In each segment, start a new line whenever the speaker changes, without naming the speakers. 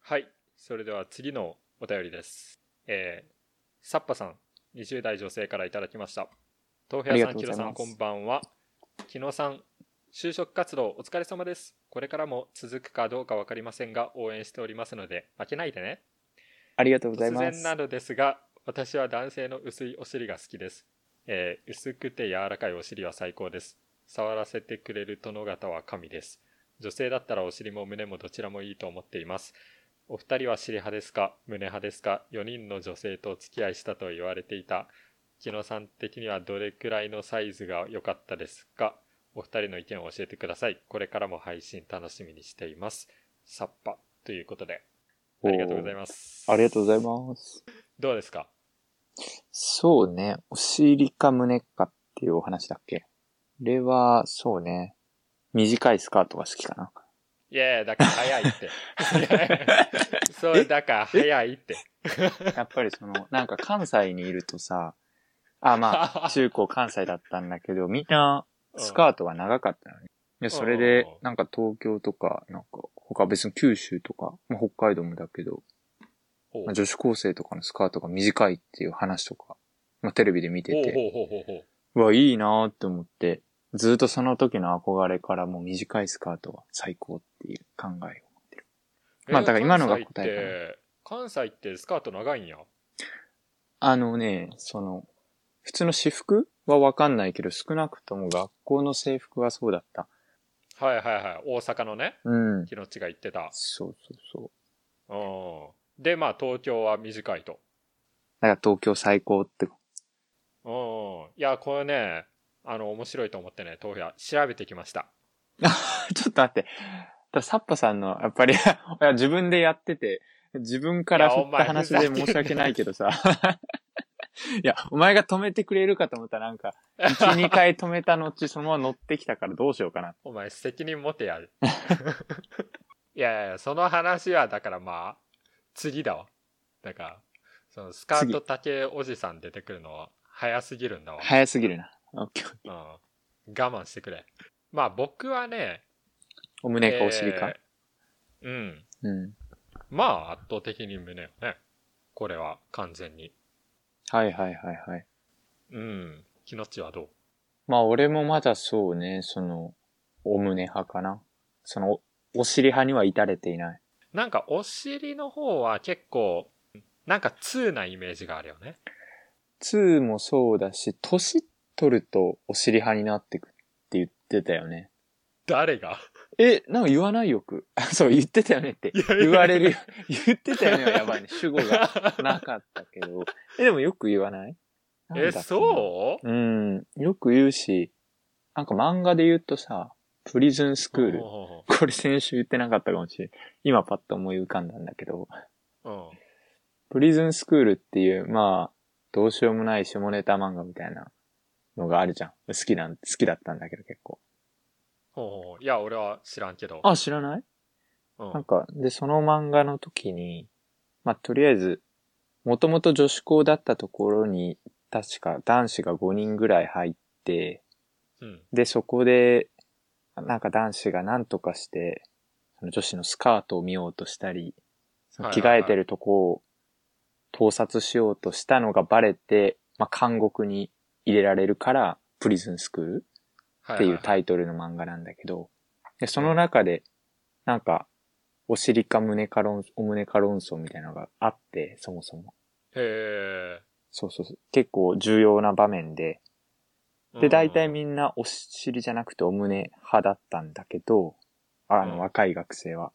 はい。それでは次のお便りです。えー、サッパさん、20代女性からいただきました。豆腐屋さん、
あり
キ
がと
ロ
うござい
さ
ます
ん、こんばんは。キノさん、就職活動お疲れ様です。これからも続くかどうかわかりませんが、応援しておりますので、負けないでね。
ありがとうござい
突
ま
然
す。
なのですが私は男性の薄いお尻が好きです、えー薄くて柔らかいお尻は最高です触らせてくれる殿方は神です女性だったらお尻も胸もどちらもいいと思っていますお二人は尻派ですか胸派ですか4人の女性とお付き合いしたと言われていた木野さん的にはどれくらいのサイズが良かったですかお二人の意見を教えてくださいこれからも配信楽しみにしていますさっぱということでありがとうございます
ありがとうございます。
どうですか
そうね。お尻か胸かっていうお話だっけこれは、そうね。短いスカートが好きかな。
いやいや、だから早い って。そう、だから早いって。
やっぱりそ の、なんか関西にいるとさ、あ、ま あ、中高関西だったんだけど、みんなスカートが長かったのね。で、それで
うんうんうん、
なんか東京とか、なんか他別に九州とか、まあ、北海道もだけど、
ほう
まあ女子高生とかのスカートが短いっていう話とか、まあ、テレビで見て
ほう
て、
ほうほうほうほう。
うわ、いいなーって思って、ずっとその時の憧れからもう短いスカートは最高っていう考えを。まあだから今のが答え
関西って、関西ってスカート長いんや。
あのね、その、普通の私服はわかんないけど、少なくとも学校の制服はそうだった。
はいはいはい。大阪のね、
うん。
木の地が言ってた。
そうそうそう。
うん。で、まあ東京は短いと。
だから東京最高って。
うん。いや、これね、あの、面白いと思ってね、東平、調べてきました。
ちょっと待って。だサッパさんの、やっぱり 、いや自分でやってて、自分から振った話
い
で
やお前
申し訳ないけどさ。 いや、お前が止めてくれるかと思ったらなんか、1、2回止めた後、そのまま乗ってきたからどうしようかな。
お前、責任持てやる。いやいやいや、その話は、だからまあ、次だわ。だから、そのスカート丈おじさん出てくるのは、早すぎるんだわ。
早すぎるな。オッケー
うん。我慢してくれ。まあ僕はね、
お胸かお尻か。
えーうん。
うん。
まあ、圧倒的に胸よね。これは、完全に。
はいはいはいはい。
うん。気のちはどう
まあ俺もまだそうね、その、お胸派かな。その、おお尻派には至れていない。
なんか、お尻の方は結構、なんか、通なイメージがあるよね。
2もそうだし、年取るとお尻派になってくって言ってたよね。
誰が
え、なんか言わないよく。 あそう、言ってたよねって。
やいや
言われるよ。 言ってたよねはやばいね。主語がなかったけど。え、でもよく言わない
え、
う
そう
うん。よく言うし、なんか漫画で言うとさ、プリズンスクール。これ先週言ってなかったかもしれない。今パッと思い浮かんだんだけど、
うん。
プリズンスクールっていう、まあ、どうしようもない下ネタ漫画みたいなのがあるじゃん。好きなん、好きだったんだけど結構。
ほうほういや、俺は知らんけど。
あ、知らない
うん、
なんか、で、その漫画の時に、まあ、とりあえず、もともと女子校だったところに、確か男子が5人ぐらい入って、
うん。
で、そこで、なんか男子が何とかして、その女子のスカートを見ようとしたり、その
はい
着
はいは
替
い
えてるとこを盗撮しようとしたのがバレて、まあ、監獄に入れられるから、プリズンスクール
は
っていう
イ
タイトルの漫画なんだけど、で、その中で、なんか、お尻か胸か論、お胸か論争みたいなのがあって、そもそも。
プ。へ
そうそうそう。結構重要な場面で、
え。
で、大体みんなお尻じゃなくてお胸派だったんだけど、あ
う
の、
ん
若い学生は。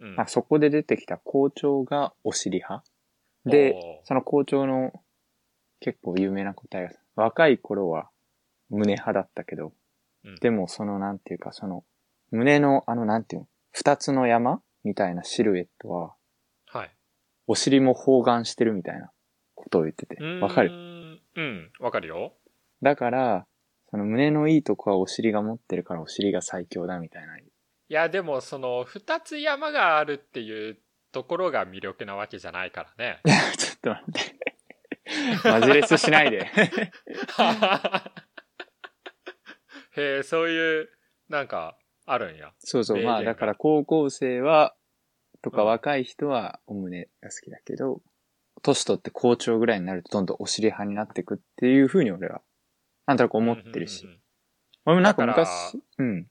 うん、
なんかそこで出てきた校長がお尻派。で、
おー
その校長の結構有名な答えが、若い頃は胸派だったけど、
うん
でもそのなんていうか、その、胸のあのなんていうの、二つの山みたいなシルエットは、
はい。
お尻も包含してるみたいなことを言ってて
うー。ん
わかる
うん、わかるよ。
だから、その胸のいいとこはお尻が持ってるからお尻が最強だみたいな。
いや、でも、その、二つ山があるっていうところが魅力なわけじゃないから ね。
ちょっと待って。マジレスしないで。
へえ、そういう、なんか、あるんや。
そうそう。
名言が
まあだから高校生はとか
うん
若い人はお胸が好きだけど、年取って校長ぐらいになるとどんどんお尻派になってくっていうふうに俺は、なんとなく思ってるし。
うんうんうん
俺もなんか
だから
昔、うん。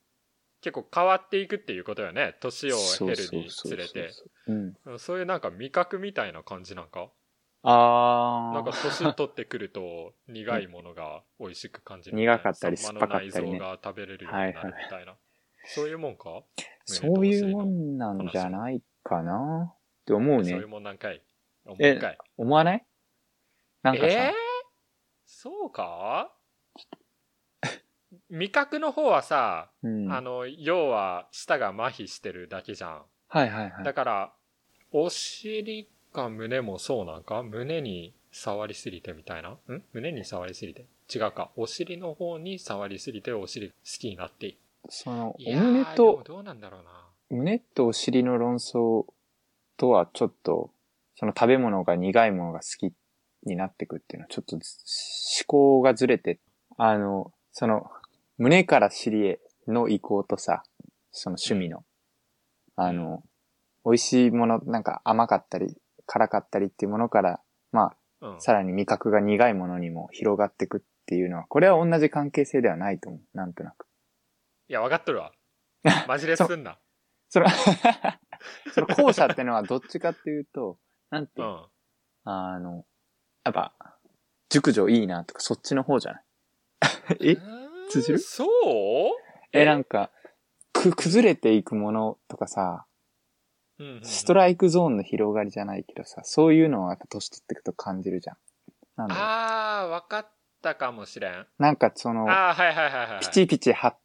結構変わっていくっていうことよね年を
そう
経る
そう
に
そう
つれて
そう。うん。
うんそういうなんか味覚みたいな感じなんか
あー。
なんか年取ってくると苦いものが美味しく感じる
苦かったり
サンマ
酸っぱかったり
の内
ね
臓が食べれるようになるみたいな、そういうもんか
そういうもんなんじゃないかなって思う
そ
ね
ういう。もんなんかい思う
え
んかい
思わないなんかさ、
えー、そうか 味覚の方はさ、
うん。
あの要は舌が麻痺してるだけじゃん
はいはいは
だ
い。
から、お尻か胸もそうなんか胸に触りすぎてみたいな。ん胸に触りすぎて。違うか。お尻の方に触りすぎてお尻好きになっていい。
その、
い
お
やー
胸
でも
と、
どうなんだろうな。
胸とお尻の論争とはちょっと、その食べ物が苦いものが好きになってくっていうのはちょっとず思考がずれて、あの、その、胸から尻への移行とさ、その趣味の、あの、美味しいもの、なんか甘かったり、辛かったりっていうものから、まあ、
うん。
さらに味覚が苦いものにも広がってくっていうのは、これは同じ関係性ではないと思う。なんとなく。
いや、分かっと るわ。マジレスすんな。
そ の、その後者ってのはどっちかっていうと、なん
う
ていうの、
ん。
あの、やっぱ、熟女いいなとか、そっちの方じゃないえ
うーん
通じる
そう
え、なんか、く、崩れていくものとかさ、
うんうんうん
ストライクゾーンの広がりじゃないけどさ、そういうのはやっぱ年取っていくと感じるじゃん。なんだろう
あー、分かったかもしれん。あ
なんかその、
ー、はいはいはいはい。
ピチピチ張っ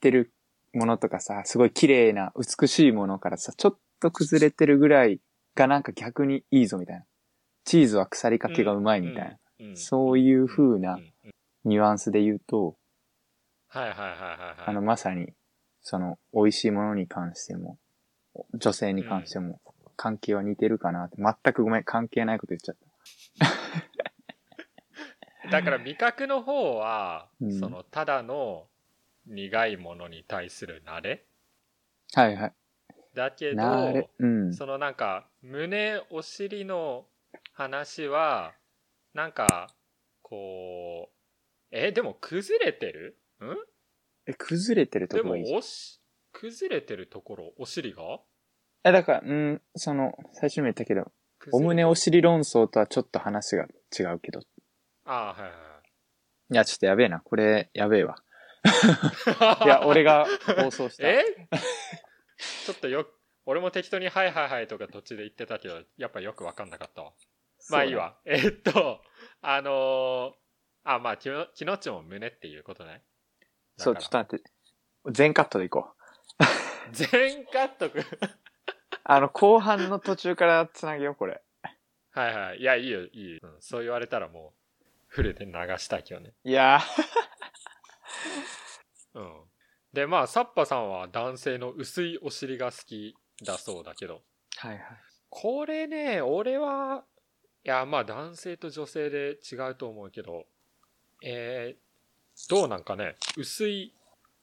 てるものとかさ、すごい綺麗な美しいものからさ、ちょっと崩れてるぐらいがなんか逆にいいぞみたいな。チーズは腐りかけがうまいみたいな。
うん。うん
そういう風
う
なんニュアンスで言うと、
はいはいはいはいはい。
あのまさに、その美味しいものに関しても、女性に関しても、関係は似てるかなって。全くごめん、関係ないこと言っちゃった。
だから味覚の方は、
うん
そのただの苦いものに対する慣れ
はいはい。
だけ
なれ
ど、、
うん。
そのなんか胸お尻の話はなんかこうえでも崩れてるん
え、崩れてると
で
こ
も
がいいじゃん。
おし崩れてるところお尻が
え、だから、うん、その、最初にも言ったけど、お
崩れて
胸
る
お尻論争とはちょっと話が違うけど。い
ああはいはい
や、ちょっとやべえな。これ、やべえわ。
はい
いや、俺が放送 し た。
え ちょっとよ俺も適当に「はいはいはい」とか途中で言ってたけどやっぱよく分かんなかったわまあいいわ。えっと、あのーあ、まあ、きの、きのっちも胸っていうことね。
そう。そう、ちょっと待って。全カットでいこう。
と。全カットく。
あの、後半の途中からつなげよう、これ。
はいはい。いや、いいよ、いいよ、うんそう言われたらもう、フルで流したいけどね。
いや
うん。で、まあ、サッパさんは男性の薄いお尻が好きだそうだけど、
ー。はいはい。
これね、俺は、いや、まあ、男性と女性で違うと思うけど、えー、どうなんかね、薄い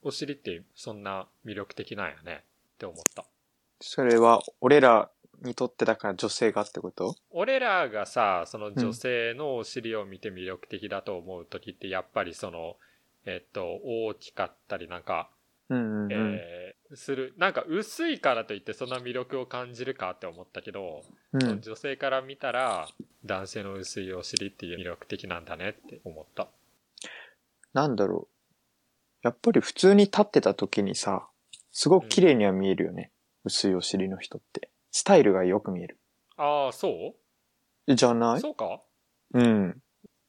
お尻ってそんな魅力的なんやねって思った。
それは、俺らにとってだから女性がってこと
俺らがさ、その女性のお尻を見て魅力的だと思う時って、やっぱりその、えっと、大きかったりなんか、
うんうんうん。
えーする。なんか薄いからといってそんな魅力を感じるかって思ったけど、
うん。
女性から見たら男性の薄いお尻っていう魅力的なんだねって思った
なんだろう。やっぱり普通に立ってた時にさ、すごく綺麗には見えるよね。薄いお尻の人って。スタイルがよく見える。
ああそ
じゃ
う、
ない
そうか
うん。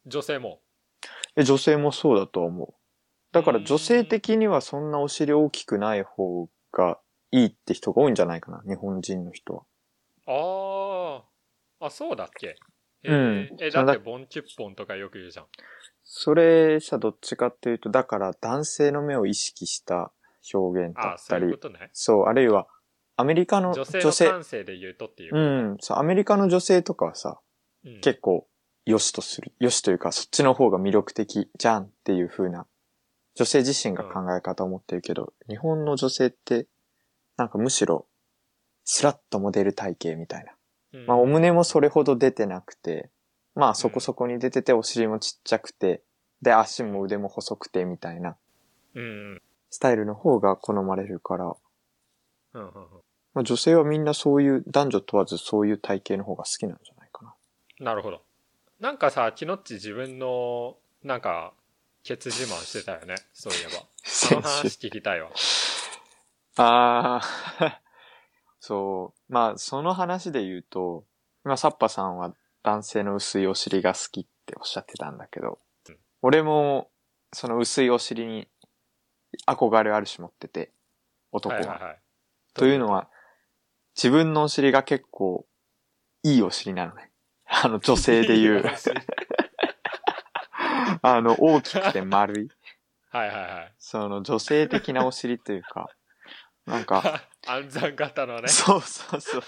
女性も
え女性もそうだと思う。だから女性的にはそんなお尻大きくない方がいいって人が多いんじゃないかな、日本人の人は。
あああそうだっけえ
うん
えだってボンキュッポンとかよく言うじゃん
それさ、どっちかっていうと、だから男性の目を意識した表現
あ
だ
あ
っ
そ
た
ういう
り
こ、とね
そう、あるいはアメリカの
女性
女
の
性、
感性で言うとっていう、
うん、そう、アメリカの女性とかはさ、
うん
結構良しとする、良しというかそっちの方が魅力的じゃんっていう風な、女性自身が考え方を持ってるけど、日本の女性って、なんかむしろスラッとモデル体型みたいな。
うん
まあ、お胸もそれほど出てなくて、まあ、そこそこに出てて、お尻もちっちゃくて、で、足も腕も細くて、みたいな、
うん。
スタイルの方が好まれるから、
うんうんうん
まあ、女性はみんなそういう、男女問わずそういう体型の方が好きなんじゃないかな。
なるほど。なんかさ、キノッチ自分の、なんか、ケツ自慢してたよね。そういえ ば。その
選手
話聞きたいわ。
ああ、 そう。まあ、その話で言うと、今、サッパさんは男性の薄いお尻が好きっておっしゃってたんだけど
うん、
俺も、その薄いお尻に憧れあるし持ってて、男
は
は。
いはいはい。
というのは、自分のお尻が結構、いいお尻なのね。あの、女性で言う、あの、大きくて丸い、
はいはいはい。
その、女性的なお尻というか、なんか、
暗算型 のね。
そうそうそう。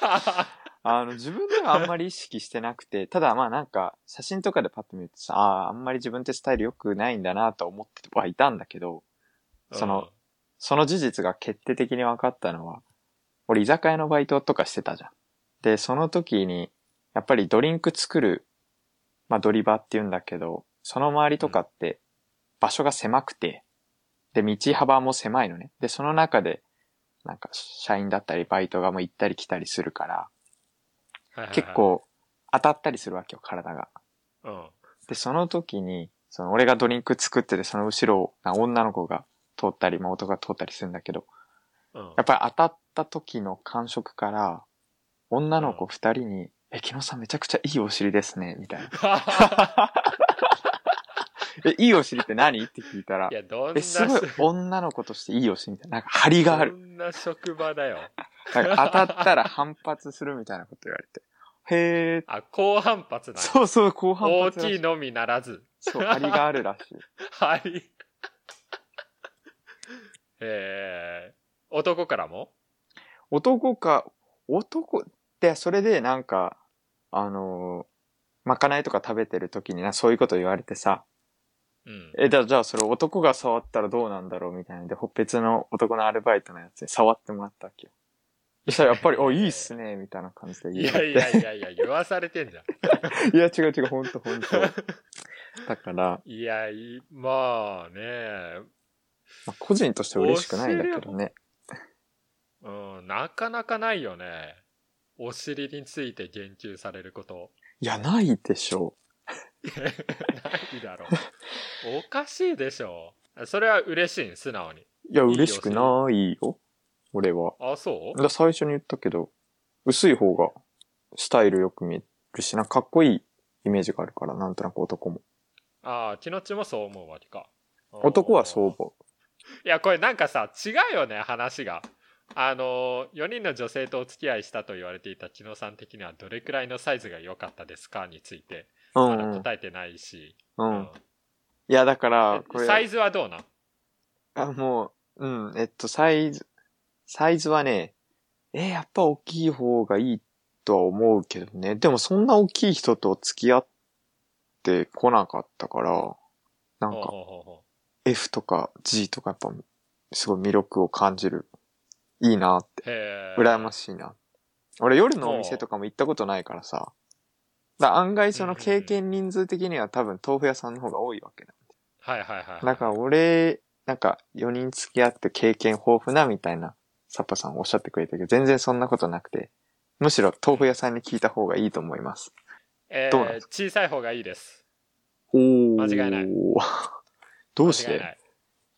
あの、自分ではあんまり意識してなくて、ただまあなんか、写真とかでパッと見るとさ、ああ、あんまり自分ってスタイル良くないんだなとは思ってはいたんだけど、その、その事実が決定的に分かったのは、俺居酒屋のバイトとかしてたじゃん。で、その時に、やっぱりドリンク作る、まあドリバーって言うんだけど、その周りとかって場所が狭くて、で、道幅も狭いのね。で、その中で、なんか社員だったりバイトがもう行ったり来たりするから、
うん
結、構当たったりするわけよ、体が。
はいはいはい
で、その時に、その俺がドリンク作ってて、その後ろをな女の子が通ったり、まあ男が通ったりするんだけど、
うん。うん
やっぱり当たった時の感触から、女の子二人に、え、木野さんめちゃくちゃいいお尻ですね、みたいな。え、いいお尻って何って聞いたら
い、や、どん
え、
な、
すごい女の子としていいお尻みたいな。なんか張りがあ
ど
る。
んな職場だよ。
なんか当たったら反発するみたいなこと言われて。へえ、
あ、高反発な
そうそう、後半
の。大
発らし
きいのみならず。
そう、張りがあるらしい。
はい。 えー、男からも
男か、男って、それでなんか、あのーまかないとか食べてる時にな、そういうこと言われてさ、
うん。
え、だじゃあそれ男が触ったらどうなんだろうみたいなんで、ほっぺつの男のアルバイトのやつに触ってもらったわけよ。そしたらやっぱり、お、 いいっすね、みたいな感じで言
い
わ
や
れ
い
て。
やいやいや、言わされてんじゃん。
いや、違う違う、ほんとほんと。だから、
いや、いまあね、
まあ、個人として嬉しくないんだけどね。
うん、なかなかないよね。お尻について言及されること。
いや、ないでしょ
ないだろう。おかしいでしょ。それは嬉しいん、素直に。
う。いや、嬉しくないよ。俺は。
あ、そう
だから最初に言ったけど、薄い方がスタイルよく見えるし、なんかかっこいいイメージがあるから、なんとなく男も。
ああ、気のちもそう思うわけか。
男はそう思う。
いやこれなんかさ違うよね話があの4人の女性とお付き合いしたと言われていた木野さん的にはどれくらいのサイズが良かったですかについて
う
まだ
ん、
答えてないし、
う。
うん
うん。いや、だから、こ
サイ
れ、
ズはどうなん
あ、もう、うん、えっと、サイズ、サイズはね、えーやっぱ大きい方がいいとは思うけどね。でもそんな大きい人と付き合ってこなかったから、なん
ほう
か
ほうほうほ
F とか G とかやっぱすごい魅力を感じる。いいなって。
うへえ
羨ま
い
しいな。俺夜のお店とかも行ったことないからさ。だから案外その経験人数的には多分豆腐屋さんの方が多いわけだ。
はいはいはい
だから俺、なんか4人付き合って経験豊富なみたいなサッパさんおっしゃってくれたけど、全然そんなことなくて、むしろ豆腐屋さんに聞いた方がいいと思います。
え
どうなん
ー、
で
小さい方がいいです
おー。
間違いない。
どうし
間違いな
て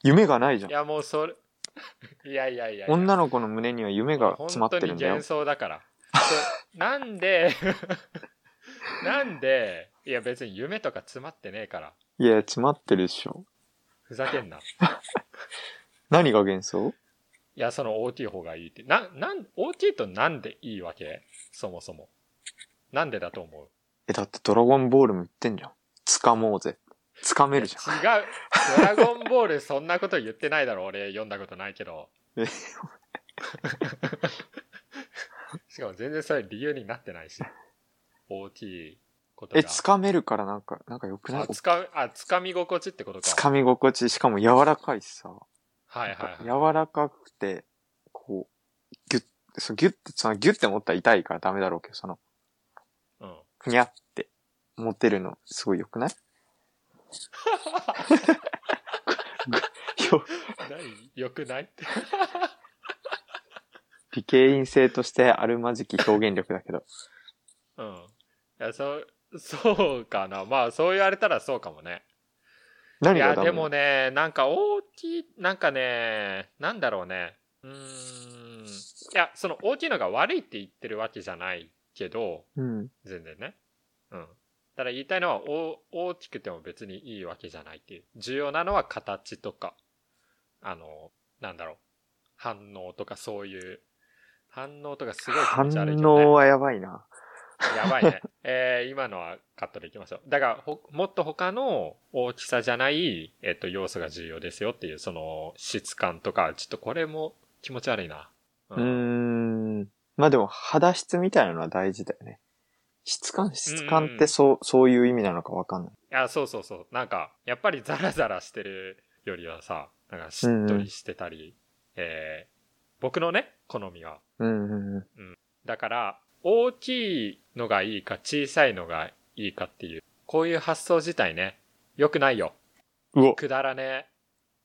い
夢がないじゃ
い
ん。
やもうそれ いやいやいやいや
女の子の胸には夢が詰まってる
本
ん
当に
だよ
幻。想だから そうなんで なんでいや別に夢とか詰まってねえから
いや、詰まってるでしょ。
ふざけんな
何が幻想
いや、その大きい方がいいって。な、なん、大きいとなんでいいわけそもそも。なんでだと思う
え、だってドラゴンボールも言ってんじゃん。掴もうぜ。掴めるじゃん。
違う。ドラゴンボールそんなこと言ってないだろ、俺読んだことないけど。
え
しかも全然それ理由になってないし。大きいこと
え、
が。
掴めるからなんか、なんか良くない
あ、つか、あ、つかみ心地ってことか。
掴み心地、しかも柔らかいしさ。
はい
な
は
んか
いはい。
柔らかくて、こう、ぎゅっそうギュッて、そのギュッて持ったら痛いからダメだろうけど、その、
うん。
ふにゃって持てるの、すごい 良くないよ
ないよく ない
理系院性としてあるまじき表現力だけど。
うん。いや、そ、そうかな。まあ、そう言われたらそうかもね。い
何が
や、
ダメ
でもね、なんか大きい、なんかね、なんだろうね。うーん。いや、その大きいのが悪いって言ってるわけじゃないけど、
うん。
全然ね。うん。ただ言いたいのは、お大きくても別にいいわけじゃないっていう。重要なのは形とか、あの、なんだろう。反応とかそういう。反応とかすごい気
反
持ち悪いけど、ね。
応はやばいな。
やばいね。 えー今のはカットでいきましょう。だから、ほもっと他の大きさじゃない、えっと、要素が重要ですよっていう、その、質感とか、ちょっとこれも気持ち悪いな。
うーん。まあでも、肌質みたいなのは大事だよね。質感、質感ってそう、そういう意味なのかわかんない。
いや、そうそうそう。なんか、やっぱりザラザラしてるよりはさ、なんかしっとりしてたり、えー僕のね、好みは。
うんうんう
だから、大きいのがいいか小さいのがいいかっていう、こういう発想自体ね、良くないよ。
ん。うお
くだらね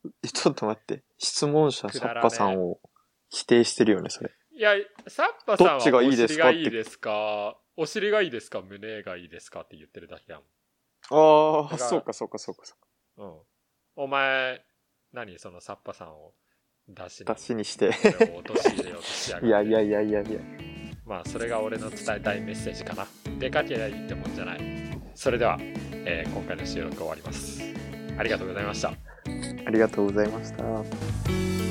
え。
えちょっと待って。質問者、
く
サ
だらね
ッパさんを否定してるよね、それ。
いや、サッパさんは
ど
お
っち
尻
が
が
い
い
い
い
で
ですす
か
か
って
お尻がいいですか胸がいいですかって言ってるだけだ
ああ、
だから
そうかそうかそうかそう
もん。うん。お前、何そのサッパさんを出し
か。
に
出しにして。
俺を陥れようとしやがって。
いやいやいやいやいや。
まあ、それが俺の伝えたいメッセージかな。出かけりゃいいってもんじゃない。それでは、えー今回の収録終わります。ありがとうございました。
ありがとうございました。